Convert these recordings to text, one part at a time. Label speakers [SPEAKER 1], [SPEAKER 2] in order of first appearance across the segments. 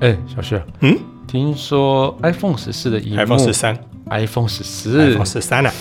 [SPEAKER 1] 哎、小旭，
[SPEAKER 2] 嗯
[SPEAKER 1] 听说 iPhone 十四的荧幕
[SPEAKER 2] ，iPhone 十三
[SPEAKER 1] iPhone 十四
[SPEAKER 2] ，iPhone，十三啊，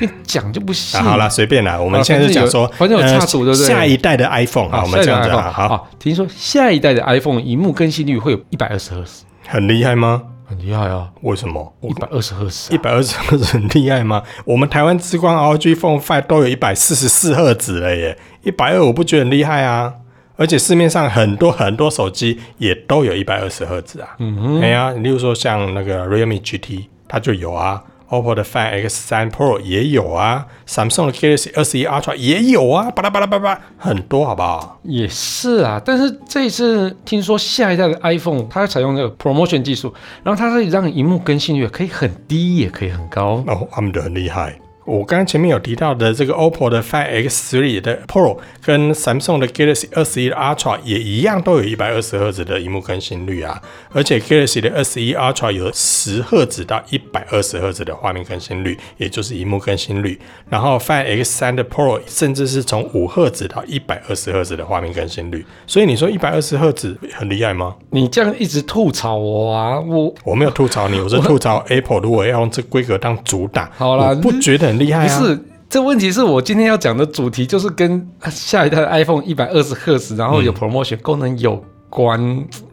[SPEAKER 1] 你讲就不信。
[SPEAKER 2] 啊好了，，随便啦，我们现在就讲说，
[SPEAKER 1] 啊
[SPEAKER 2] 呃
[SPEAKER 1] 反正有反正有插足对不对
[SPEAKER 2] 下一代的 iPhone，好，
[SPEAKER 1] 好，
[SPEAKER 2] 我
[SPEAKER 1] 下
[SPEAKER 2] 们
[SPEAKER 1] 一
[SPEAKER 2] 这样
[SPEAKER 1] 代
[SPEAKER 2] 子
[SPEAKER 1] iPhone，
[SPEAKER 2] 啊，好，
[SPEAKER 1] 好，听说下一代的 iPhone 荧幕更新率会有一百二十赫兹，
[SPEAKER 2] 很厉害吗？
[SPEAKER 1] 很厉害啊，
[SPEAKER 2] 为什么？
[SPEAKER 1] 一百二十赫兹啊
[SPEAKER 2] 一。百二十赫兹很厉害吗？我们台湾之光 ROG Phone Five 都有一百四十四赫兹了耶，一百二我不觉得很厉害啊。而且市面上很多很多手机也都有一百二十赫兹啊。嗯哼，哎呀，例如说像那个 Realme GT 它就有啊，OPPO 的 Find X 3 Pro 也有啊，Samsung 的 Galaxy 二十一 Ultra 也有啊，巴拉巴拉巴拉，很多好不好？
[SPEAKER 1] 也是啊，但是这一次听说下一代的 iPhone 它采用这个 promotion 技术，然后它可以让荧幕更新率可以很低，也可以很高。
[SPEAKER 2] 哦，他们就很厉害。我刚刚前面有提到的这个 OPPO 的 Find X3 的 Pro 跟 Samsung 的 Galaxy 二十一 Ultra 也一样都有一百二十赫兹的荧幕更新率啊，而且 Galaxy 的二十一 Ultra 有十赫兹到一百二十赫兹的画面更新率，也就是荧幕更新率。然后 Find X3 的 Pro 甚至是从五赫兹到一百二十赫兹的画面更新率，所以你说一百二十赫兹很厉害吗？
[SPEAKER 1] 你这样一直吐槽我啊，我
[SPEAKER 2] 我没有吐槽你，我是吐槽 Apple 如果要用这规格当主打，
[SPEAKER 1] 好啦
[SPEAKER 2] 我不觉得很厉害
[SPEAKER 1] 不
[SPEAKER 2] 啊。
[SPEAKER 1] 是，这问题是我今天要讲的主题，就是跟啊下一代的 iPhone 一百二十赫兹，然后有 promotion 功能有关。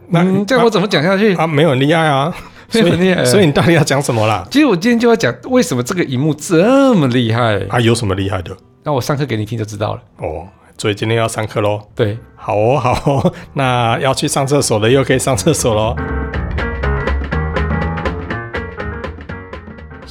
[SPEAKER 2] 那
[SPEAKER 1] 嗯，这样我怎么讲下去？
[SPEAKER 2] 啊，没有很厉害啊，
[SPEAKER 1] 没
[SPEAKER 2] 所
[SPEAKER 1] 有很厉害
[SPEAKER 2] 以所以你到底要讲什么啦？
[SPEAKER 1] 其实我今天就要讲为什么这个荧幕这么厉害。
[SPEAKER 2] 啊，有什么厉害的？
[SPEAKER 1] 那我上课给你听就知道了。
[SPEAKER 2] 哦，所以今天要上课喽。
[SPEAKER 1] 对，
[SPEAKER 2] 好哦，好哦， 那要去上厕所的又可以上厕所喽。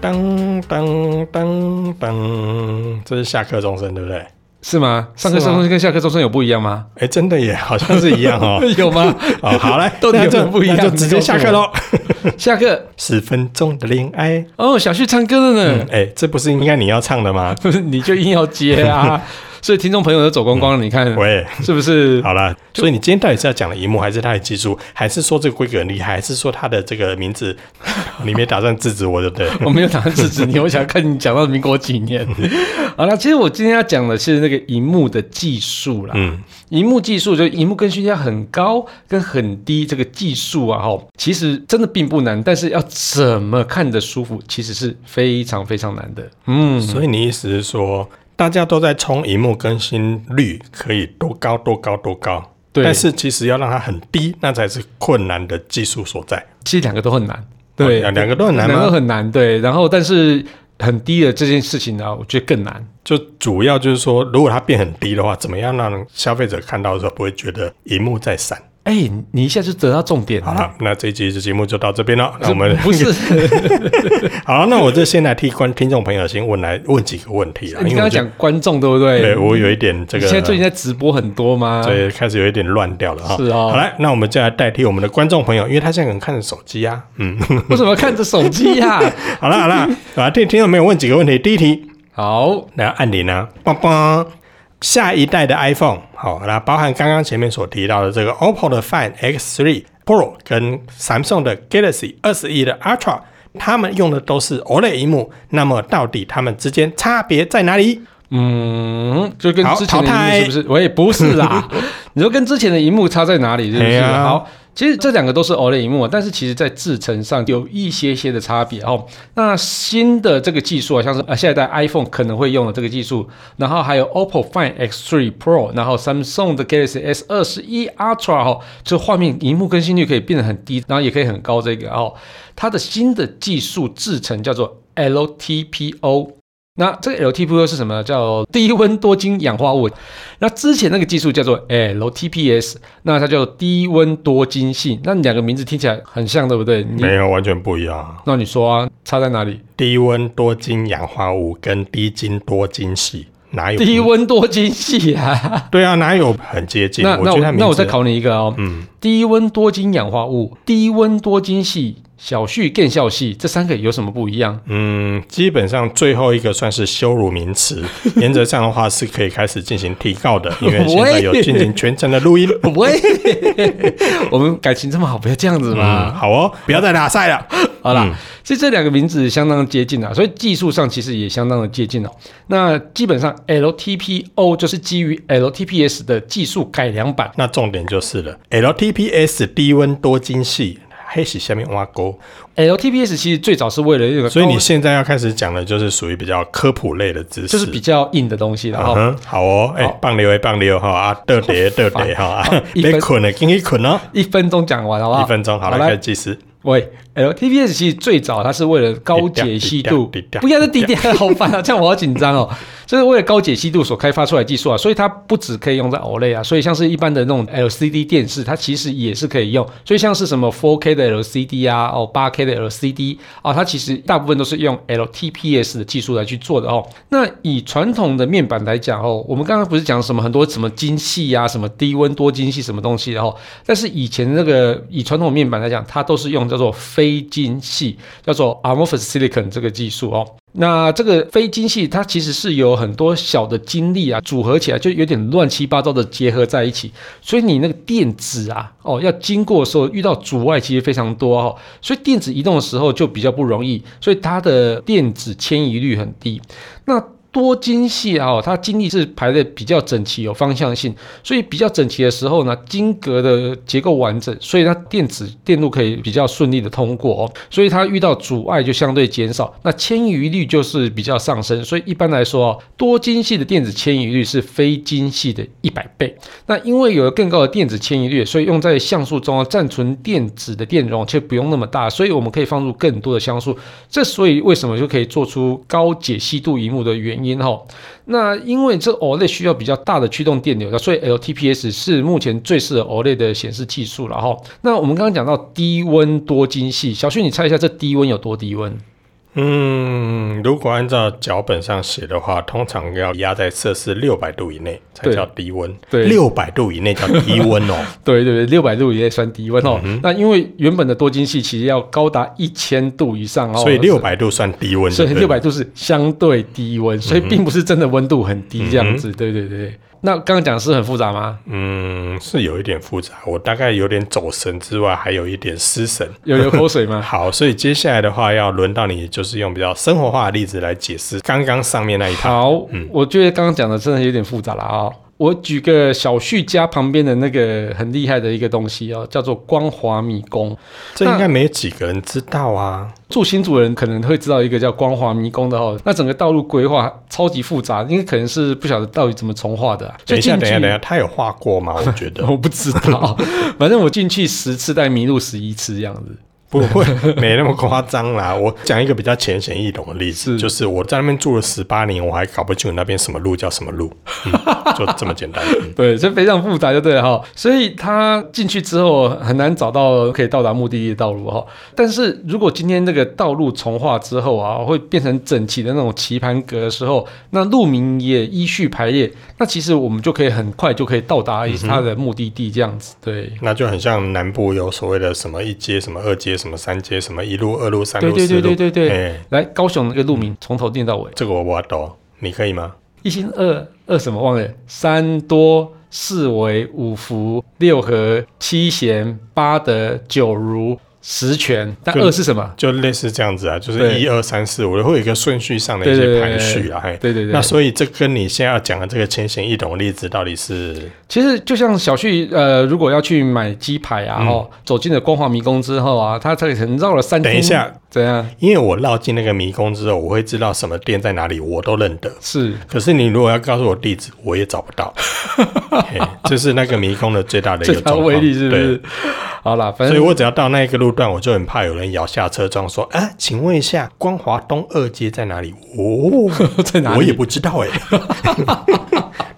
[SPEAKER 2] 当当当当，这是下课钟声，对不对？
[SPEAKER 1] 是吗？上课
[SPEAKER 2] 是吗
[SPEAKER 1] 钟声跟下课钟声有不一样吗？
[SPEAKER 2] 哎，真的耶，好像是一样哦。
[SPEAKER 1] 有吗？
[SPEAKER 2] 哦，好嘞，
[SPEAKER 1] 到底有
[SPEAKER 2] 那就
[SPEAKER 1] 什么不一样
[SPEAKER 2] 那就直接下课喽。
[SPEAKER 1] 下课
[SPEAKER 2] 十分钟的恋爱，
[SPEAKER 1] 哦，小旭唱歌了呢。
[SPEAKER 2] 哎，这不是应该你要唱的吗？
[SPEAKER 1] 不是 你就硬要接 啊，所以听众朋友都走光光了，你看
[SPEAKER 2] 喂，
[SPEAKER 1] 是不是？
[SPEAKER 2] 好了，所以你今天到底是要讲的荧幕，还是它的技术，还是说这个规格很厉害，还是说它的这个名 字？你没打算制止我，对不对？
[SPEAKER 1] 我没有打算制止你，我想看你讲到民国几年。好了，其实我今天要讲的是那个荧幕的技术啦。
[SPEAKER 2] 嗯，
[SPEAKER 1] 荧幕技术就是荧幕更新要很高跟很低这个技术啊，吼，其实真的并不难，但是要怎么看得舒服，其实是非常非常难的。嗯，
[SPEAKER 2] 所以你意思是说，大家都在冲荧幕更新率可以多高多高多高，
[SPEAKER 1] 对
[SPEAKER 2] 但是其实要让它很低，那才是困难的技术所在。
[SPEAKER 1] 其实两个都很难，
[SPEAKER 2] 哦
[SPEAKER 1] 对，
[SPEAKER 2] 两两个都很难
[SPEAKER 1] 两个
[SPEAKER 2] 吗？
[SPEAKER 1] 很难，对。然后但是很低的这件事情呢、啊我觉得更难。
[SPEAKER 2] 就主要就是说，如果它变很低的话，怎么样让消费者看到的时候不会觉得荧幕在闪？
[SPEAKER 1] 哎、你一下就得到重点
[SPEAKER 2] 好
[SPEAKER 1] 了。
[SPEAKER 2] 了，那这一集的节目就到这边了。那我们
[SPEAKER 1] 不 是
[SPEAKER 2] 好，那我就先来替观听众朋友先问来问几个问题啦，
[SPEAKER 1] 你
[SPEAKER 2] 因
[SPEAKER 1] 刚刚
[SPEAKER 2] 为我觉得
[SPEAKER 1] 讲观众对不对？
[SPEAKER 2] 对我有一点这
[SPEAKER 1] 你
[SPEAKER 2] 个，
[SPEAKER 1] 现在最近
[SPEAKER 2] 对
[SPEAKER 1] 在直播很多吗？，
[SPEAKER 2] 开始有一点乱掉了哈。
[SPEAKER 1] 是哦
[SPEAKER 2] 好来，那我们就来代替我们的观众朋友，因为他现在可能看着手机啊。嗯，
[SPEAKER 1] 为什么要看着手机呀、
[SPEAKER 2] 好啦好啦，好啦，听听众朋友问几个问题。第一题，
[SPEAKER 1] 好，
[SPEAKER 2] 那按铃啊，梆梆。下一代的 iPhone，好，那包含刚刚前面所提到的这个 OPPO 的 Find X3 Pro 跟 Samsung 的 Galaxy 二十一的 Ultra，他们用的都是 OLED 屏幕，那么到底他们之间差别在哪里？
[SPEAKER 1] 嗯，就跟
[SPEAKER 2] 好
[SPEAKER 1] 之前的
[SPEAKER 2] 淘汰
[SPEAKER 1] 荧幕是不是？我也不是 啦。你说跟之前的荧幕差在哪里？是不
[SPEAKER 2] 哎
[SPEAKER 1] 是？
[SPEAKER 2] 呀
[SPEAKER 1] 好，其实这两个都是 OLED 荧幕啊，但是其实在制程上有一些些的差别哦。那新的这个技术啊，像是呃下一代 iPhone 可能会用的这个技术，然后还有 OPPO Find X3 Pro，然后 Samsung 的 Galaxy S 二十一 Ultra 哦，这画面荧幕更新率可以变得很低，然后也可以很高这个哦。它的新的技术制程叫做 LTPO。那这个 LTPO 是什么呢？叫低温多晶氧化物。那之前那个技术叫做 LTPS，那它叫低温多晶性。那你两个名字听起来很像，对不对？你
[SPEAKER 2] 没有，完全不一样啊。
[SPEAKER 1] 那你说啊，差在哪里？
[SPEAKER 2] 低温多晶氧化物跟低晶多晶系哪有？
[SPEAKER 1] 低温多晶系 啊。
[SPEAKER 2] 对啊，哪有很接近？
[SPEAKER 1] 那
[SPEAKER 2] 我
[SPEAKER 1] 那
[SPEAKER 2] 觉得它
[SPEAKER 1] 我
[SPEAKER 2] 名字
[SPEAKER 1] 那我再考你一个哦，
[SPEAKER 2] 嗯，
[SPEAKER 1] 低温多晶氧化物、低温多晶系小旭更笑戏这三个有什么不一样？
[SPEAKER 2] 嗯，基本上最后一个算是羞辱 名词，原则上的话是可以开始进行提告的，因为现在有进行全程的 录音。
[SPEAKER 1] 喂，我们感情这么好，不要这样子嘛。
[SPEAKER 2] 嗯，好哦，不要再打赛了。
[SPEAKER 1] 好啦，
[SPEAKER 2] 嗯
[SPEAKER 1] 所以这两个名字相当接近啊，所以技术上其实也相当的接近哦。那基本上 LTPO 就是基于 LTPS 的技术改良版，
[SPEAKER 2] 那重点就是了，LTPS 低温多晶系。黑是下面挖沟，
[SPEAKER 1] LTPS 其实最早是为了那个，
[SPEAKER 2] 所以你现在要开始讲的就是属于比较科普类的知识，
[SPEAKER 1] 就是比较硬的东西了
[SPEAKER 2] 嗯
[SPEAKER 1] 哈。
[SPEAKER 2] 哼，好哦，哎、棒流哎，棒流哈啊，得 得得得哈啊，
[SPEAKER 1] 一分
[SPEAKER 2] 别捆了，赶紧捆哦，
[SPEAKER 1] 一分钟讲完好不好？
[SPEAKER 2] 一分钟好了，
[SPEAKER 1] 来
[SPEAKER 2] 开始计时。
[SPEAKER 1] 喂，LTPS 其实最早它是为了高解析度
[SPEAKER 2] 低调低调低调，
[SPEAKER 1] 不要再低调，好烦啊！这样我好紧张哦。 这是为了高解析度所开发出来的技术啊，所以它不只可以用在 OLED 啊，所以像是一般的那种 LCD 电视，它其实也是可以用。所以像是什么 4K 的 LCD 啊，哦 8K 的 LCD 啊，它其实大部分都是用 LTPS 的技术来去做的哦。那以传统的面板来讲哦，我们刚刚不是讲什么很多什么精细啊，什么低温多精细什么东西的哦，但是以前那个以传统面板来讲，它都是用叫做非精细，叫做 amorphous silicon 这个技术哦。那这个非精细，它其实是有很多小的晶粒啊，组合起来就有点乱七八糟的结合在一起，所以你那个电子啊，哦，要经过的时候遇到阻碍其实非常多哦，所以电子移动的时候就比较不容易，所以它的电子迁移率很低。那多晶系啊、哦，它晶粒是排的比较整齐，有方向性，所以比较整齐的时候呢，晶格的结构完整，所以它电子电路可以比较顺利的通过哦，所以它遇到阻碍就相对减少，那迁移率就是比较上升，所以一般来说哦，多晶系的电子迁移率是非晶系的一百倍。那因为有了更高的电子迁移率，所以用在像素中啊，暂存电子的电容却不用那么大，所以我们可以放入更多的像素。这所以为什么就可以做出高解析度荧幕的原因哈、那因为这 OLED 需要比较大的驱动电流，所以 LTPS 是目前最适合 OLED 的显示技术了哈、那我们刚刚讲到低温多晶系，小旭你猜一下这低温有多低温？
[SPEAKER 2] 嗯，如果按照脚本上写的话，通常要压在摄氏六百度以内才
[SPEAKER 1] 对
[SPEAKER 2] 叫低温，
[SPEAKER 1] 对
[SPEAKER 2] 六百度以内叫 低温哦。
[SPEAKER 1] 对对对，六百度以内算低温哦。那因为原本的多晶系其实要高达一千度以上哦，
[SPEAKER 2] 所以六百度算低温，
[SPEAKER 1] 所以
[SPEAKER 2] 对不嗯
[SPEAKER 1] 六
[SPEAKER 2] 对
[SPEAKER 1] 百度是相对低温，所以并不是真的温度很低这样子。对对对。那刚刚讲的是很复杂吗？
[SPEAKER 2] 嗯是有一点复杂，我大概有点走神之外，还有一点失神。
[SPEAKER 1] 有流口水 吗？
[SPEAKER 2] 好，所以接下来的话要轮到你，就是用比较生活化的例子来解释刚刚上面那一套。
[SPEAKER 1] 好，我觉得刚刚讲的真的有点复杂了啊、哦。我举个小旭家旁边的那个很厉害的一个东西哦，叫做光华迷宫。
[SPEAKER 2] 这应该没有几个人知道啊。
[SPEAKER 1] 住新竹的人可能会知道一个叫光华迷宫的哦，那整个道路规划超级复杂，因为可能是不晓得到底怎么重画的、啊。
[SPEAKER 2] 等一下，
[SPEAKER 1] 所以进
[SPEAKER 2] 等
[SPEAKER 1] 去
[SPEAKER 2] 一下，等一下，他有画过吗？我觉得
[SPEAKER 1] 我不知道，反正我进去十次，但迷路十一次这样子。
[SPEAKER 2] 不会，没那么夸张啦。我讲一个比较浅显易懂的例子，
[SPEAKER 1] 是
[SPEAKER 2] 就是我在那边住了十八年，我还搞不清楚那边什么路叫什么路，嗯、 就这么 简单。嗯
[SPEAKER 1] 对，所以非常复杂就对了哈。所以他进去之后很难找到可以到达目的地的道路哈。但是如果今天这个道路重画之后啊，会变成整齐的那种棋盘格的时候，那路名也依序排列，那其实我们就可以很快就可以到达它的目的地这样子。对。
[SPEAKER 2] 那就很像南部有所谓的什么一街、什么二街、什么三街、什么一路、二路、三
[SPEAKER 1] 对
[SPEAKER 2] 路、
[SPEAKER 1] 对
[SPEAKER 2] 四
[SPEAKER 1] 对
[SPEAKER 2] 路。
[SPEAKER 1] 对对对，
[SPEAKER 2] 哎
[SPEAKER 1] 来高雄那个路名从头念到尾，
[SPEAKER 2] 这个我我懂，你可以吗？
[SPEAKER 1] 一心二二什么忘了，三多四维五福六合七贤八德九如十全，但
[SPEAKER 2] 就
[SPEAKER 1] 二是什么？
[SPEAKER 2] 就类似这样子啊，就是
[SPEAKER 1] 对
[SPEAKER 2] 一二三四五，会有一个顺序上的
[SPEAKER 1] 对
[SPEAKER 2] 一
[SPEAKER 1] 对
[SPEAKER 2] 些
[SPEAKER 1] 对
[SPEAKER 2] 排序啊。嘿，
[SPEAKER 1] 对对对，
[SPEAKER 2] 那所以这跟你现在要讲的这个浅显易懂的例子到底是
[SPEAKER 1] 其实就像小旭，呃，如果要去买鸡排啊，
[SPEAKER 2] 嗯
[SPEAKER 1] 哦，走进了光华迷宫之后啊，他可能绕了三天。
[SPEAKER 2] 等一下，
[SPEAKER 1] 怎样？
[SPEAKER 2] 因为我绕进那个迷宫之后，我会知道什么店在哪里，我都认得。
[SPEAKER 1] 是
[SPEAKER 2] 可是你如果要告诉我地址，我也找不 到，嘿这是那个迷宫的最大的一
[SPEAKER 1] 这
[SPEAKER 2] 个
[SPEAKER 1] 条
[SPEAKER 2] 状
[SPEAKER 1] 威
[SPEAKER 2] 况。
[SPEAKER 1] 力是不
[SPEAKER 2] 对
[SPEAKER 1] 是？好啦，反
[SPEAKER 2] 所以
[SPEAKER 1] 正
[SPEAKER 2] 我只要到那一个路段，我就很怕有人摇下车窗说：“啊，请问一下，光华东二街在哪里？”哦，
[SPEAKER 1] 在 哪里
[SPEAKER 2] 我也不知道 哎、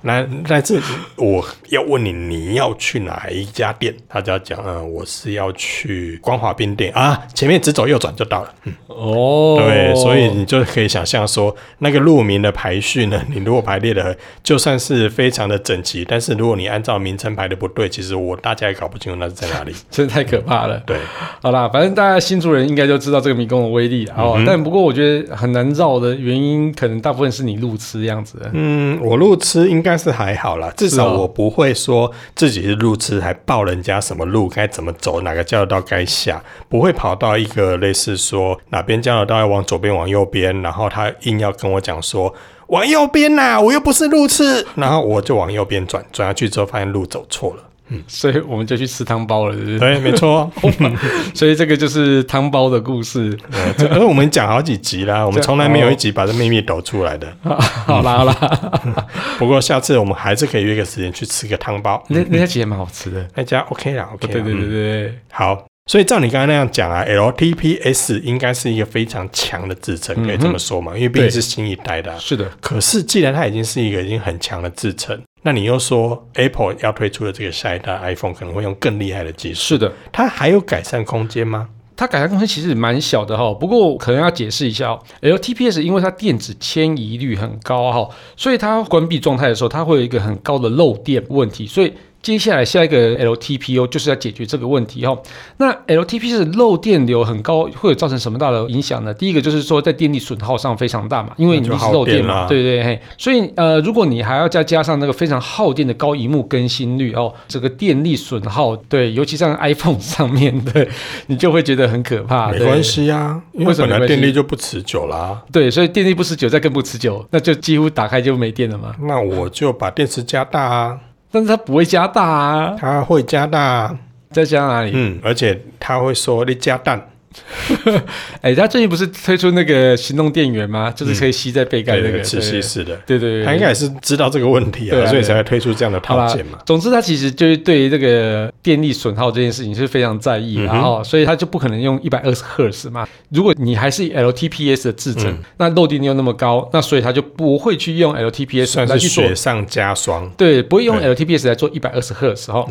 [SPEAKER 2] 那但是我要问你，你要去哪呃一家店？他只要讲，嗯，我是要去光华冰店啊，前面直走右转就到了。了。
[SPEAKER 1] 哦，
[SPEAKER 2] 对，所以你就可以想象说，那个路名的排序呢， 你如果排列的就算是非常的整齐，但是如果你按照名称排的不对，其实我大家也搞不清楚那是在 哪里。
[SPEAKER 1] 真的太可怕了。
[SPEAKER 2] 对，
[SPEAKER 1] 好啦，反正大家新竹人应该就知道这个迷宫的威力哦。
[SPEAKER 2] 嗯
[SPEAKER 1] 但不过我觉得很难绕的原因，可能大部分是你路痴这样子。
[SPEAKER 2] 嗯，我路痴应该是还好啦，至少
[SPEAKER 1] 是哦
[SPEAKER 2] 我不会说自己是路痴，还报人家什么路该怎么走，哪个交流道该下，不会跑到一个类似说哪边交流道要往左边往右边，然后他硬要跟我讲说往右边呐、我又不是路痴，然后我就往右边转，转下去之后发现路走错了。
[SPEAKER 1] 所以我们就去吃汤包了，是不是？
[SPEAKER 2] 对，没错。
[SPEAKER 1] 所以这个就是汤包的故事。
[SPEAKER 2] 呃这而我们讲好几集 啦，我们从来没有一集把这秘密抖出来的。
[SPEAKER 1] 哦好啦好啦，
[SPEAKER 2] 不过下次我们还是可以约个时间去吃个汤包，
[SPEAKER 1] 那那家其实也蛮好吃的。
[SPEAKER 2] 那家 OK 啦，OK
[SPEAKER 1] 嗯
[SPEAKER 2] 啦。
[SPEAKER 1] 哦对对
[SPEAKER 2] 嗯
[SPEAKER 1] 对对对，
[SPEAKER 2] 好，所以照你刚刚那样讲啊，LTPS 应该是一个非常强的制
[SPEAKER 1] 嗯
[SPEAKER 2] 程，可以这么说嘛？因为毕竟是新一代的啊、
[SPEAKER 1] 是的，
[SPEAKER 2] 可是既然它已经是一个已经很强的制程，那你又说 Apple 要推出的这个下一代 iPhone 可能会用更厉害的技术，
[SPEAKER 1] 是的。
[SPEAKER 2] 它还有改善空间吗？
[SPEAKER 1] 它改善空间其实蛮小的哈、不过可能要解释一下哦。LTPS 因为它电子迁移率很高哈、所以它关闭状态的时候，它会有一个很高的漏电问题，所以。接下来下一个 LTPO 就是要解决这个问题哦。那 LTPS 漏电流很高，会有造成什么大的影响呢？第一个就是说在电力损耗上非常大嘛，因为你
[SPEAKER 2] 那就
[SPEAKER 1] 一直
[SPEAKER 2] 耗
[SPEAKER 1] 漏电
[SPEAKER 2] 电
[SPEAKER 1] 嘛，
[SPEAKER 2] 啦
[SPEAKER 1] 对。对对，嘿，所以呃，如果你还要再加上那个非常耗电的高荧幕更新率哦，这个电力损耗，对，尤其像 iPhone 上面，对你就会觉得很可怕。
[SPEAKER 2] 没
[SPEAKER 1] 对
[SPEAKER 2] 关，系啊，因
[SPEAKER 1] 为
[SPEAKER 2] 为
[SPEAKER 1] 什么
[SPEAKER 2] 本
[SPEAKER 1] 没
[SPEAKER 2] 来
[SPEAKER 1] 关系
[SPEAKER 2] 电力就不持久啦。
[SPEAKER 1] 对，所以电力不持久，再更不持久，那就几乎打开就没电了嘛。
[SPEAKER 2] 那我就把电池加大啊，
[SPEAKER 1] 但是它不会加大啊，
[SPEAKER 2] 它会加大啊，
[SPEAKER 1] 再加哪里？
[SPEAKER 2] 嗯，而且它会说你加蛋，
[SPEAKER 1] 哎、它最近不是推出那个行动电源吗？
[SPEAKER 2] 嗯
[SPEAKER 1] 就是可以吸在被盖那个，
[SPEAKER 2] 磁吸式的，
[SPEAKER 1] 对对对，
[SPEAKER 2] 他应该也是知道这个问题
[SPEAKER 1] 对啊
[SPEAKER 2] 啊，所
[SPEAKER 1] 对
[SPEAKER 2] 以
[SPEAKER 1] 啊
[SPEAKER 2] 才会推出这样的
[SPEAKER 1] 好
[SPEAKER 2] 套
[SPEAKER 1] 啦
[SPEAKER 2] 件嘛，。
[SPEAKER 1] 总之，他其实就是对这个电力损耗这件事情是非常在意的，
[SPEAKER 2] 嗯
[SPEAKER 1] 然后、所以他就不可能用一百二十赫兹嘛。如果你还是 LTPS 的制
[SPEAKER 2] 嗯
[SPEAKER 1] 程，那漏电又那么高，那所以他就不会去用 LTPS
[SPEAKER 2] 算
[SPEAKER 1] 来
[SPEAKER 2] 是
[SPEAKER 1] 去做
[SPEAKER 2] 雪上加霜。
[SPEAKER 1] 对，不会用
[SPEAKER 2] 对嗯
[SPEAKER 1] LTPS 来做一百二十赫兹哈。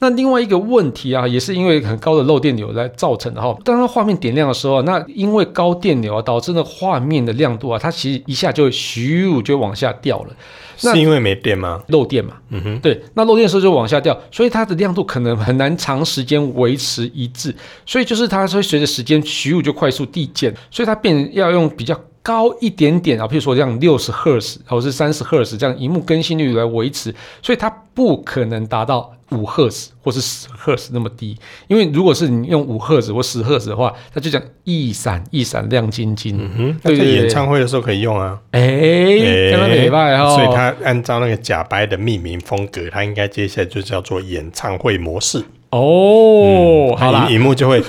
[SPEAKER 1] 那另外一个问题啊，也是因为很高的漏电流来造成的哈。当它画面点亮的时候啊，那因为高电流啊，导致那画面的亮度啊，它其实一下就咻就往下掉了。那
[SPEAKER 2] 是因为没电吗？
[SPEAKER 1] 漏电嘛，嗯哼，对，那漏电的时候就往下掉，所以它的亮度可能很难长时间维持一致，所以就是它会随着时间虚无就快速递减，所以它变要用比较。高一点点啊，譬如说这样六十赫兹，或是三十赫兹这样荧幕更新率来维持，所以它不可能达到五赫兹或是十赫兹那么低，因为如果是你用五赫兹或十赫兹的话，它就讲一闪一闪亮晶晶。嗯哼
[SPEAKER 2] 那
[SPEAKER 1] 对
[SPEAKER 2] 在
[SPEAKER 1] 对对，
[SPEAKER 2] 演唱会的时候可以用啊。
[SPEAKER 1] 哎，
[SPEAKER 2] 诶
[SPEAKER 1] 刚刚礼拜哦，
[SPEAKER 2] 所以它按照那个假掰的命名风格，它应该接下来就叫做演唱会模式。
[SPEAKER 1] 哦，好啦
[SPEAKER 2] 那，荧荧幕就会，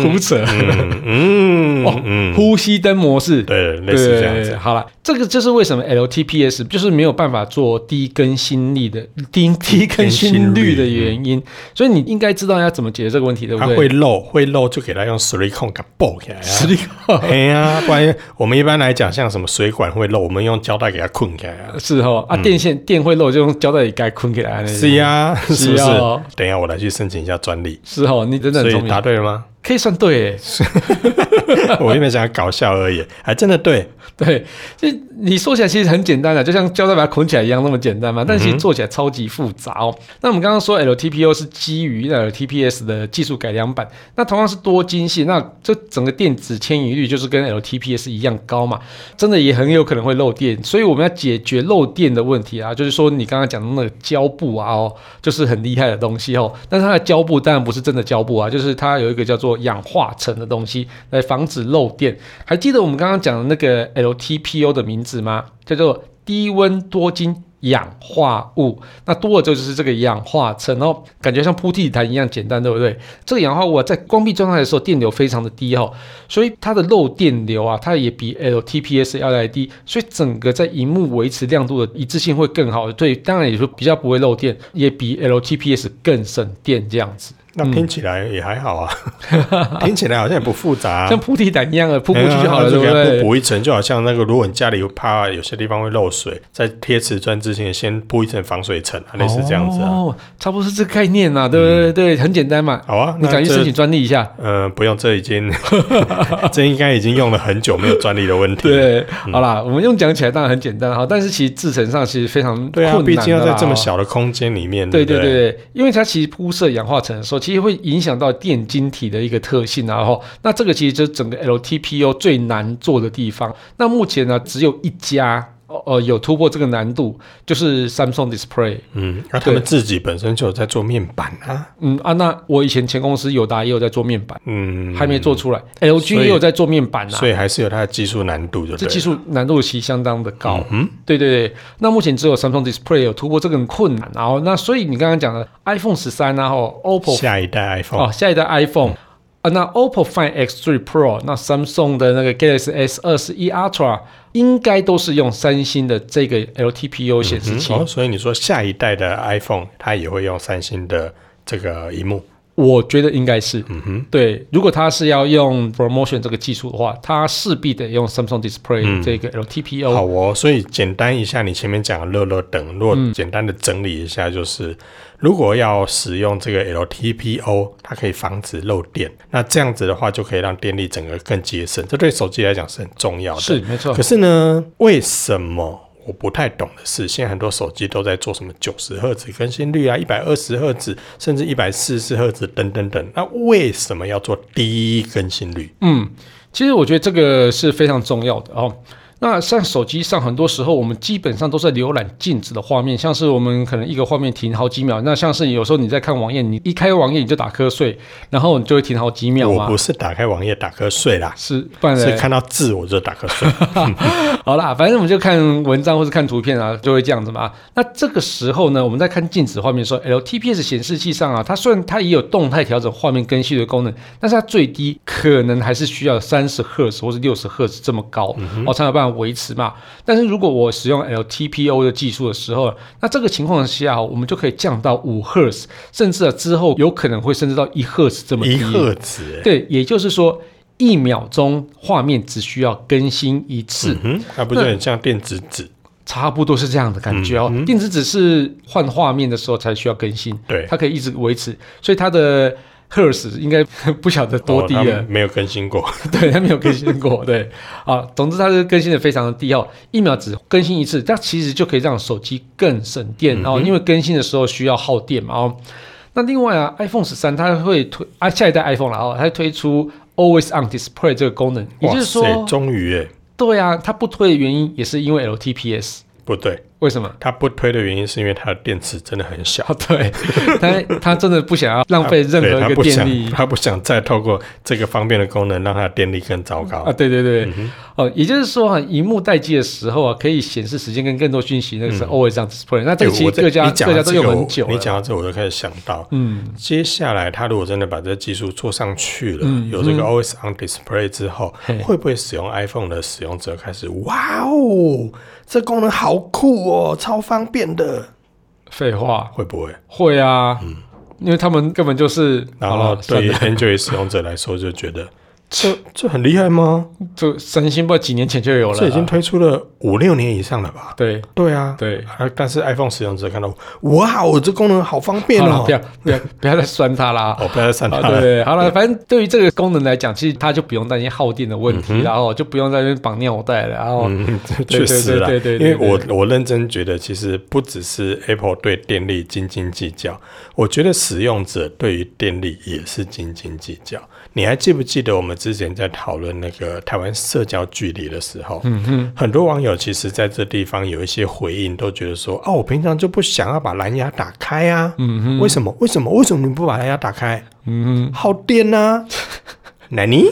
[SPEAKER 1] 胡扯。
[SPEAKER 2] 嗯嗯
[SPEAKER 1] 哦
[SPEAKER 2] 嗯，
[SPEAKER 1] 呼吸灯模式，
[SPEAKER 2] 对，
[SPEAKER 1] 对，
[SPEAKER 2] 类似这样子。
[SPEAKER 1] 好了，这个就是为什么 LTPS 就是没有办法做低更新率的低低更新率的原因，所以你应该知道要怎么解决这个问题，对不
[SPEAKER 2] 嗯它
[SPEAKER 1] 对？
[SPEAKER 2] 会漏，会漏就给它用水控给它爆起来啊。
[SPEAKER 1] 实力控
[SPEAKER 2] 哎呀，不然我们一般来讲，像什么水管会漏，我们用胶带给它困起来啊。
[SPEAKER 1] 是哦，啊，电线电会漏，就用胶带给该捆起来。
[SPEAKER 2] 是，呀，是不是
[SPEAKER 1] 哦？
[SPEAKER 2] 等一下我来去申请一下专利。
[SPEAKER 1] 是哦，你真的
[SPEAKER 2] 所
[SPEAKER 1] 很聪
[SPEAKER 2] 以答
[SPEAKER 1] 明，
[SPEAKER 2] 对了吗？
[SPEAKER 1] 可以算对耶，
[SPEAKER 2] 我原本想要搞笑而已，还真的对。
[SPEAKER 1] 对，就你说起来其实很简单的，就像胶带把它捆起来一样那么简单嘛，但其实做起来超级复杂哦。那我们刚刚说 LTPO 是基于那 LTPS 的技术改良版，那同样是多晶系，那这整个电子迁移率就是跟 LTPS 一样高嘛，真的也很有可能会漏电，所以我们要解决漏电的问题啊，就是说你刚刚讲的那个胶布啊，哦，就是很厉害的东西哦，但是它的胶布当然不是真的胶布啊，就是它有一个叫做氧化层的东西来防止漏电。还记得我们刚刚讲的那个 LTPO 的名字吗？叫做低温多晶氧化物。那多的就是这个氧化层哦，感觉像铺地毯一样简单，对不对？这个氧化物啊，在关闭状态的时候，电流非常的低哦，所以它的漏电流啊，它也比 LTPS 要来低，所以整个在荧幕维持亮度的一致性会更好，对，当然也就比较不会漏电，也比 LTPS 更省电这样子。
[SPEAKER 2] 那听起来也还好啊，听起来好像也不复杂、啊
[SPEAKER 1] 像。菩提胆一样的扑过去就好了，
[SPEAKER 2] 哎
[SPEAKER 1] 对
[SPEAKER 2] 就
[SPEAKER 1] 不
[SPEAKER 2] 给它
[SPEAKER 1] 对？
[SPEAKER 2] 补一层，就好像那个，如果你家里有怕有些地方会漏水，在贴瓷砖之前先铺一层防水层啊，类似这样子啊。
[SPEAKER 1] 哦，差不多是这个概念呐、对不对？对，很简单嘛。
[SPEAKER 2] 好啊，
[SPEAKER 1] 你
[SPEAKER 2] 那
[SPEAKER 1] 赶去申
[SPEAKER 2] 这
[SPEAKER 1] 请专利一下。
[SPEAKER 2] 呃不用，这已经 这应该已经用了很久，没有专利的问题。
[SPEAKER 1] 对，
[SPEAKER 2] 嗯
[SPEAKER 1] 好啦，我们用讲起来当然很简单哈，但是其实制成上其实非常困
[SPEAKER 2] 对啊，
[SPEAKER 1] 难
[SPEAKER 2] 毕竟要
[SPEAKER 1] 的
[SPEAKER 2] 在
[SPEAKER 1] 啦
[SPEAKER 2] 这么
[SPEAKER 1] 哦
[SPEAKER 2] 小的空间里面，
[SPEAKER 1] 对对
[SPEAKER 2] 对不
[SPEAKER 1] 对对，因为它其实铺设氧化层的时候，其实会影响到电晶体的一个特性啊，然后那这个其实就是整个 LTPO 最难做的地方。那目前呢，只有一家。哦呃，有突破这个难度，就是 Samsung Display。
[SPEAKER 2] 嗯，那他
[SPEAKER 1] 对
[SPEAKER 2] 们自己本身就有在做面板啊，
[SPEAKER 1] 嗯啊，那我以前前公司友达也有在做面板，
[SPEAKER 2] 嗯，
[SPEAKER 1] 还没做出来。
[SPEAKER 2] 所
[SPEAKER 1] LG
[SPEAKER 2] 以
[SPEAKER 1] 也有在做面板啊
[SPEAKER 2] 所，以还是有它的技术难度，就
[SPEAKER 1] 这
[SPEAKER 2] 对
[SPEAKER 1] 技
[SPEAKER 2] 了。
[SPEAKER 1] 术难度其实相当的高。
[SPEAKER 2] 嗯，
[SPEAKER 1] 对对对，那目前只有 Samsung Display 有突破这个困难，然后那所以你刚刚讲的 iPhone 十三啊，后 OPPO
[SPEAKER 2] 下一代 iPhone
[SPEAKER 1] 哦，下一代 iPhone、啊，那 OPPO Find X3 Pro，那 Samsung 的那个 Galaxy S 二十一 Ultra 应该都是用三星的这个 LTPO 显示
[SPEAKER 2] 嗯
[SPEAKER 1] 器。
[SPEAKER 2] 哦，所以你说下一代的 iPhone 它也会用三星的这个荧幕，
[SPEAKER 1] 我觉得应该是
[SPEAKER 2] 嗯哼，
[SPEAKER 1] 对。如果它是要用 ProMotion 这个技术的话，它势必得用 Samsung Display 这个 LTPO。
[SPEAKER 2] 嗯好哦，所以简单一下，你前面讲的乐乐等，如果简单的整理一下，就是、如果要使用这个 LTPO，它可以防止漏电，那这样子的话就可以让电力整个更节省，这对手机来讲是很重要的。
[SPEAKER 1] 是没错
[SPEAKER 2] 可，是呢，为什么？我不太懂的是，现在很多手机都在做什么九十赫兹更新率啊，一百二十赫兹，甚至一百四十赫兹等等等。那为什么要做低更新率？
[SPEAKER 1] 嗯，其实我觉得这个是非常重要的哦。那像手机上，很多时候我们基本上都在浏览静止的画面，像是我们可能一个画面停好几秒，那像是有时候你在看网页，你一开网页你就打瞌睡，然后你就会停好几秒
[SPEAKER 2] 我
[SPEAKER 1] 嘛
[SPEAKER 2] 不，是打开网页打瞌睡啦，
[SPEAKER 1] 是，不然
[SPEAKER 2] 是
[SPEAKER 1] 嘞
[SPEAKER 2] 看到字我就打瞌睡。
[SPEAKER 1] 好啦，反正我们就看文章或是看图片啊，就会这样子嘛。那这个时候呢，我们在看静止画面的时候，LTPS 显示器上啊，它虽然它也有动态调整画面更新的功能，但是它最低可能还是需要三十赫兹或是六十赫兹这么高、
[SPEAKER 2] 嗯
[SPEAKER 1] 哦，才有办法维持嘛。但是如果我使用 LTPO 的技术的时候，那这个情况下、哦，我们就可以降到五赫兹，甚至啊之后有可能会甚至到一赫兹这么低。
[SPEAKER 2] 一赫兹、欸，
[SPEAKER 1] 对，也就是说。一秒钟画面只需要更新一次，
[SPEAKER 2] 嗯，那不是很像电子纸？
[SPEAKER 1] 差不多是这样的感觉哦。
[SPEAKER 2] 嗯
[SPEAKER 1] 电子只是换画面的时候才需要更新，
[SPEAKER 2] 对
[SPEAKER 1] 它可以一直维持，所以它的。赫兹应该 不晓得多低啊
[SPEAKER 2] 哦
[SPEAKER 1] 了，
[SPEAKER 2] 它没有更新过。
[SPEAKER 1] 对，它没有更新过，对，啊，总之它是更新的非常的低哦，一秒只更新一次，但其实就可以让手机更省电哦，
[SPEAKER 2] 嗯
[SPEAKER 1] 因为更新的时候需要耗电嘛哦。那另外啊，iPhone 十三它会推啊下一代 iPhone 了哦，它会推出 Always On Display 这个功能，也就是
[SPEAKER 2] 哇塞
[SPEAKER 1] 说，
[SPEAKER 2] 终于哎，
[SPEAKER 1] 对啊，它不推的原因也是因为 LTPS，
[SPEAKER 2] 不对，
[SPEAKER 1] 为什么？
[SPEAKER 2] 它不推的原因是因为它的电池真的很小。
[SPEAKER 1] 啊，对， 他他真的不想要浪费任
[SPEAKER 2] 对
[SPEAKER 1] 何
[SPEAKER 2] 它
[SPEAKER 1] 一个
[SPEAKER 2] 不
[SPEAKER 1] 电
[SPEAKER 2] 想，
[SPEAKER 1] 力
[SPEAKER 2] 它不想再透过这个方面的功能让它的电力更糟糕。
[SPEAKER 1] 啊，对对对，
[SPEAKER 2] 嗯
[SPEAKER 1] 哦，也就是说啊，荧幕待机的时候啊，可以显示时间跟更多讯息，那个是 always on display，那这
[SPEAKER 2] 对
[SPEAKER 1] 个其实
[SPEAKER 2] 嗯哎我在
[SPEAKER 1] 各家
[SPEAKER 2] 你讲
[SPEAKER 1] 各
[SPEAKER 2] 到
[SPEAKER 1] 家都
[SPEAKER 2] 这
[SPEAKER 1] 用
[SPEAKER 2] 个
[SPEAKER 1] 很
[SPEAKER 2] 我
[SPEAKER 1] 久
[SPEAKER 2] 你
[SPEAKER 1] 了，
[SPEAKER 2] 讲到这，我就开始想到，
[SPEAKER 1] 嗯，
[SPEAKER 2] 接下来他如果真的把这技术做上去了，有这个 Always On Display 之后，
[SPEAKER 1] 嗯嘿
[SPEAKER 2] 会不会使用 iPhone 的使用者开始哇哦，这功能好酷哦，超方便的？
[SPEAKER 1] 废话，
[SPEAKER 2] 会不会？
[SPEAKER 1] 会啊，因为他们根本就是，
[SPEAKER 2] 然
[SPEAKER 1] 好
[SPEAKER 2] 后
[SPEAKER 1] 了算
[SPEAKER 2] 嗯啊对于
[SPEAKER 1] 了，
[SPEAKER 2] Android 使用者来说，就觉得这这很厉害吗？
[SPEAKER 1] 就三星不知道几年前就有了
[SPEAKER 2] 这已经
[SPEAKER 1] 啦，
[SPEAKER 2] 推出了五六年以上了吧？
[SPEAKER 1] 对
[SPEAKER 2] 对啊，
[SPEAKER 1] 对。
[SPEAKER 2] 啊，但是 iPhone 使用者看到哇哦，这功能好方便
[SPEAKER 1] 好了，
[SPEAKER 2] 哦
[SPEAKER 1] 不，要不要不要再酸他啦！
[SPEAKER 2] 哦，不要再删它
[SPEAKER 1] 啊，
[SPEAKER 2] 了。
[SPEAKER 1] 对， 好了，反正对于这个功能来讲，其实它就不用担心耗电的问题，然后就不用在那边绑尿袋了，然后
[SPEAKER 2] 嗯，
[SPEAKER 1] 对
[SPEAKER 2] 确实啦，
[SPEAKER 1] 对
[SPEAKER 2] 因
[SPEAKER 1] 对对
[SPEAKER 2] 为
[SPEAKER 1] 对对
[SPEAKER 2] 我我认真觉得，其实不只是 Apple 对电力斤斤计较，我觉得使用者对于电力也是斤斤计较。你还记不记得我们之前在讨论那个台湾社交距离的时候？嗯哼，很多网友其实在这地方有一些回应，都觉得说：“哦，我平常就不想要把蓝牙打开啊，嗯哼，为什么？为什么？为什么你不把蓝牙打开？
[SPEAKER 1] 嗯，
[SPEAKER 2] 耗电呐、啊，奶尼。”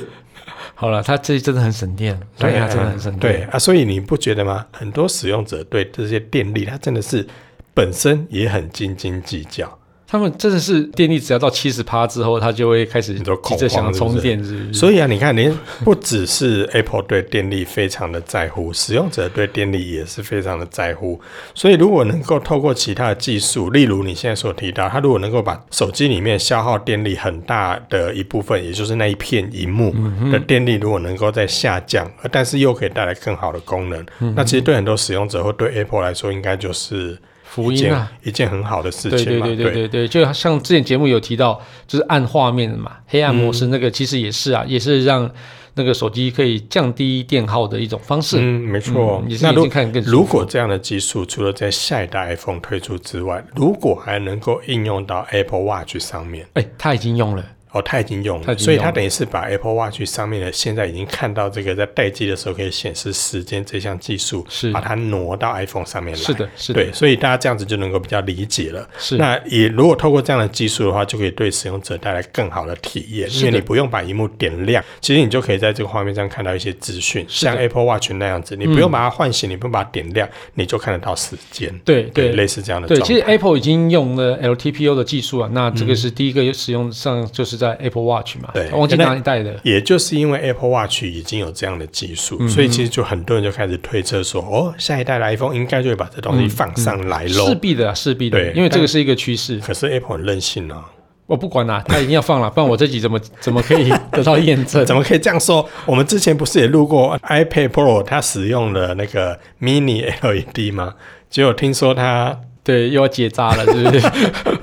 [SPEAKER 1] 好了，它这真的很省电，对呀，真的很省电。
[SPEAKER 2] 对啊，所以你不觉得吗？很多使用者对这些电力，它真的是本身也很斤斤计较。
[SPEAKER 1] 他们真的是电力只要到七十趴之后，它就会开始
[SPEAKER 2] 你说
[SPEAKER 1] 急着想要
[SPEAKER 2] 恐慌是不是
[SPEAKER 1] 充电，是不是？
[SPEAKER 2] 所以啊，你看，连不只是 Apple 对电力非常的在乎，使用者对电力也是非常的在乎。所以，如果能够透过其他的技术，例如你现在所提到，它如果能够把手机里面消耗电力很大的一部分，也就是那一片荧幕
[SPEAKER 1] 嗯
[SPEAKER 2] 的电力，如果能够再下降，呃但是又可以带来更好的功能，
[SPEAKER 1] 嗯
[SPEAKER 2] 那其实对很多使用者或对 Apple 来说，应该就是
[SPEAKER 1] 福音
[SPEAKER 2] 一件
[SPEAKER 1] 啊
[SPEAKER 2] 一件很好的事
[SPEAKER 1] 对
[SPEAKER 2] 情
[SPEAKER 1] 对
[SPEAKER 2] 嘛。
[SPEAKER 1] 对对对对，就像之前节目有提到，就是暗画面的嘛，黑暗模式那个
[SPEAKER 2] 嗯
[SPEAKER 1] 其实也是啊，也是让那个手机可以降低电耗的一种方式。
[SPEAKER 2] 嗯，没错
[SPEAKER 1] 嗯。也是
[SPEAKER 2] 那
[SPEAKER 1] 眼
[SPEAKER 2] 如
[SPEAKER 1] 睛看得更
[SPEAKER 2] 如果这样的技术，除了在下一代 iPhone 推出之外，如果还能够应用到 Apple Watch 上面，
[SPEAKER 1] 哎、它已经用了，
[SPEAKER 2] 哦，它已经用
[SPEAKER 1] 它
[SPEAKER 2] 了，
[SPEAKER 1] 已经
[SPEAKER 2] 所以它
[SPEAKER 1] 用了
[SPEAKER 2] 等于是把 Apple Watch 上面的现在已经看到这个在待机的时候可以显示时间这项技术，
[SPEAKER 1] 是
[SPEAKER 2] 把它挪到 iPhone 上面来。
[SPEAKER 1] 是的，是的，
[SPEAKER 2] 对，所以大家这样子就能够比较理解了。
[SPEAKER 1] 是
[SPEAKER 2] 那也如果透过这样的技术的话，就可以对使用者带来更好的体验，
[SPEAKER 1] 是
[SPEAKER 2] 因
[SPEAKER 1] 的
[SPEAKER 2] 为你不用把荧幕点亮，其实你就可以在这个画面上看到一些资讯，
[SPEAKER 1] 是的
[SPEAKER 2] 像 Apple Watch 那样子，你不用把它唤醒，你不用把它点亮，你就看得到时间。
[SPEAKER 1] 对对
[SPEAKER 2] 类似这样的
[SPEAKER 1] 对，
[SPEAKER 2] 状
[SPEAKER 1] 其实
[SPEAKER 2] 态。嗯
[SPEAKER 1] Apple 已经用了 LTPO 的技术啊，那这个是第一个使用上就是在 Apple Watch 嘛，
[SPEAKER 2] 对
[SPEAKER 1] 忘记
[SPEAKER 2] 那
[SPEAKER 1] 哪一代的，
[SPEAKER 2] 也就是因为 Apple Watch 已经有这样的技术，所以其实就很多人就开始推测说，哦，下一代的 iPhone 应该就会把这东
[SPEAKER 1] 嗯
[SPEAKER 2] 西放上来喽。
[SPEAKER 1] 势必的啊，势必的，
[SPEAKER 2] 对
[SPEAKER 1] 因为这个是一个趋势。
[SPEAKER 2] 可是 Apple 很任性啊，
[SPEAKER 1] 我不管啦、它一定要放了，不然我自己怎么怎么可以得到验证？
[SPEAKER 2] 怎么可以这样说？我们之前不是也录过 iPad Pro，它使用了那个 Mini LED 吗？结果听说它
[SPEAKER 1] 对，又要结扎了，是不 是？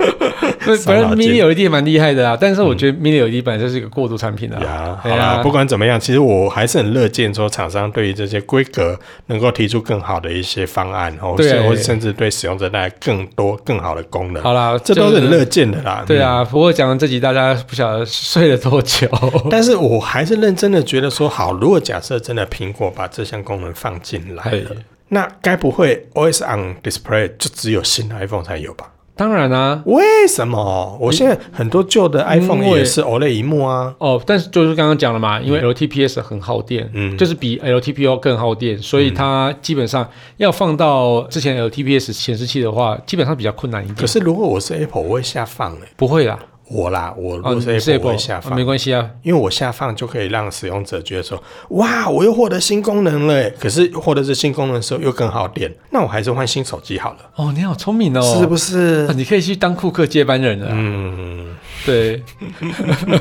[SPEAKER 1] 那反正
[SPEAKER 2] 伤脑筋
[SPEAKER 1] Mini LED 也蛮厉害的啊，但是我觉得 Mini LED 本来就是一个过渡产品啊。
[SPEAKER 2] 呀，好
[SPEAKER 1] 对啊
[SPEAKER 2] 啦，不管怎么样，其实我还是很乐见说厂商对于这些规格能够提出更好的一些方案，哦，
[SPEAKER 1] 对
[SPEAKER 2] 或者甚至对使用者带来更多更好的功能，
[SPEAKER 1] 好啦，
[SPEAKER 2] 这都
[SPEAKER 1] 就是
[SPEAKER 2] 很乐见的啦。
[SPEAKER 1] 对
[SPEAKER 2] 嗯。
[SPEAKER 1] 啊，不过讲完这集，大家不晓得睡了多久。
[SPEAKER 2] 但是我还是认真的觉得说，好，如果假设真的苹果把这项功能放进来了
[SPEAKER 1] 对，
[SPEAKER 2] 那该不会 OS on Display 就只有新的 iPhone 才有吧？
[SPEAKER 1] 当然啊，
[SPEAKER 2] 为什么？我现在很多旧的 iPhone
[SPEAKER 1] 嗯因为
[SPEAKER 2] 也是 OLED 屏幕啊。
[SPEAKER 1] 哦，但是就是刚刚讲了嘛，因为 LTPS 很耗电，
[SPEAKER 2] 嗯
[SPEAKER 1] 就是比 LTPO 更耗电，所以它基本上要放到之前 LTPS 显示器的话，基本上比较困难一
[SPEAKER 2] 可
[SPEAKER 1] 点。
[SPEAKER 2] 是如果我是 Apple，我会下放诶、
[SPEAKER 1] 不会啦，
[SPEAKER 2] 我啦，我如
[SPEAKER 1] 哦，
[SPEAKER 2] 果是
[SPEAKER 1] 你
[SPEAKER 2] Apple，、我会下
[SPEAKER 1] 啊
[SPEAKER 2] 放，
[SPEAKER 1] 没关系啊，
[SPEAKER 2] 因为我下放就可以让使用者觉得说，哇，我又获得新功能了、欸。可是获得这新功能的时候又更耗电，那我还是换新手机好了，
[SPEAKER 1] 哦，你好聪明哦，
[SPEAKER 2] 是不是？
[SPEAKER 1] 啊你可以去当库克接班人了啊、
[SPEAKER 2] 嗯，
[SPEAKER 1] 对，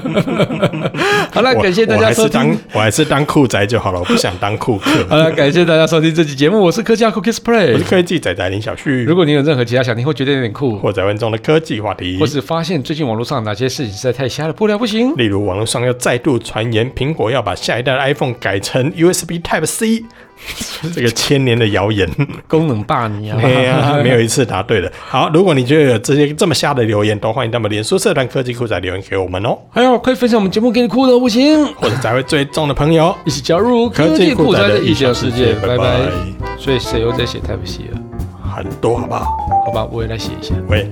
[SPEAKER 1] 好了，
[SPEAKER 2] 我
[SPEAKER 1] 啊感谢大
[SPEAKER 2] 我
[SPEAKER 1] 家
[SPEAKER 2] 还
[SPEAKER 1] 收
[SPEAKER 2] 是当
[SPEAKER 1] 听。啊
[SPEAKER 2] 我还是当酷宅就好了，我不想当 酷
[SPEAKER 1] 好
[SPEAKER 2] 客。
[SPEAKER 1] 了，感谢大家收听这期节目，我是科技阿酷 Kiss
[SPEAKER 2] 我是
[SPEAKER 1] Play。
[SPEAKER 2] 科技仔仔林小旭
[SPEAKER 1] 如，果你有任何其他想听或觉得有点酷，
[SPEAKER 2] 或者问中的科技话题
[SPEAKER 1] 或，是发现最近网络上哪些事情实在太瞎了，不聊不行，
[SPEAKER 2] 例如，网络上又再度传言苹果要把下一代的 iPhone 改成 USB Type C，这个千年的谣言，
[SPEAKER 1] 功能霸你啊！
[SPEAKER 2] 哎呀，没有一次答对的。好，如果你觉得有这些这么瞎的留言，都欢迎到我们脸书社团科技酷仔留言给我们哦，
[SPEAKER 1] 还有，快分享我们节目给你酷的不行，
[SPEAKER 2] 或者才会追踪的朋友。
[SPEAKER 1] 一起加入科技酷宅的异想世界。拜拜。所以谁又在写 Type C 了？
[SPEAKER 2] 很多好不好？
[SPEAKER 1] 好吧，我也来写一下。
[SPEAKER 2] 喂。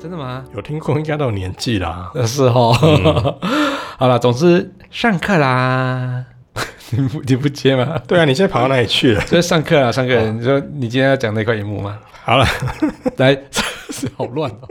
[SPEAKER 1] 真的吗？
[SPEAKER 2] 有听过应该到年纪啦，
[SPEAKER 1] 呃，是哦。 好了，总之上课啦。 你不你不接吗？哦
[SPEAKER 2] 对啊，你现在跑到哪里去了？
[SPEAKER 1] 就是上课啦，上课。你说你今天要讲那块荧幕吗？
[SPEAKER 2] 好了。
[SPEAKER 1] 来，好乱哦。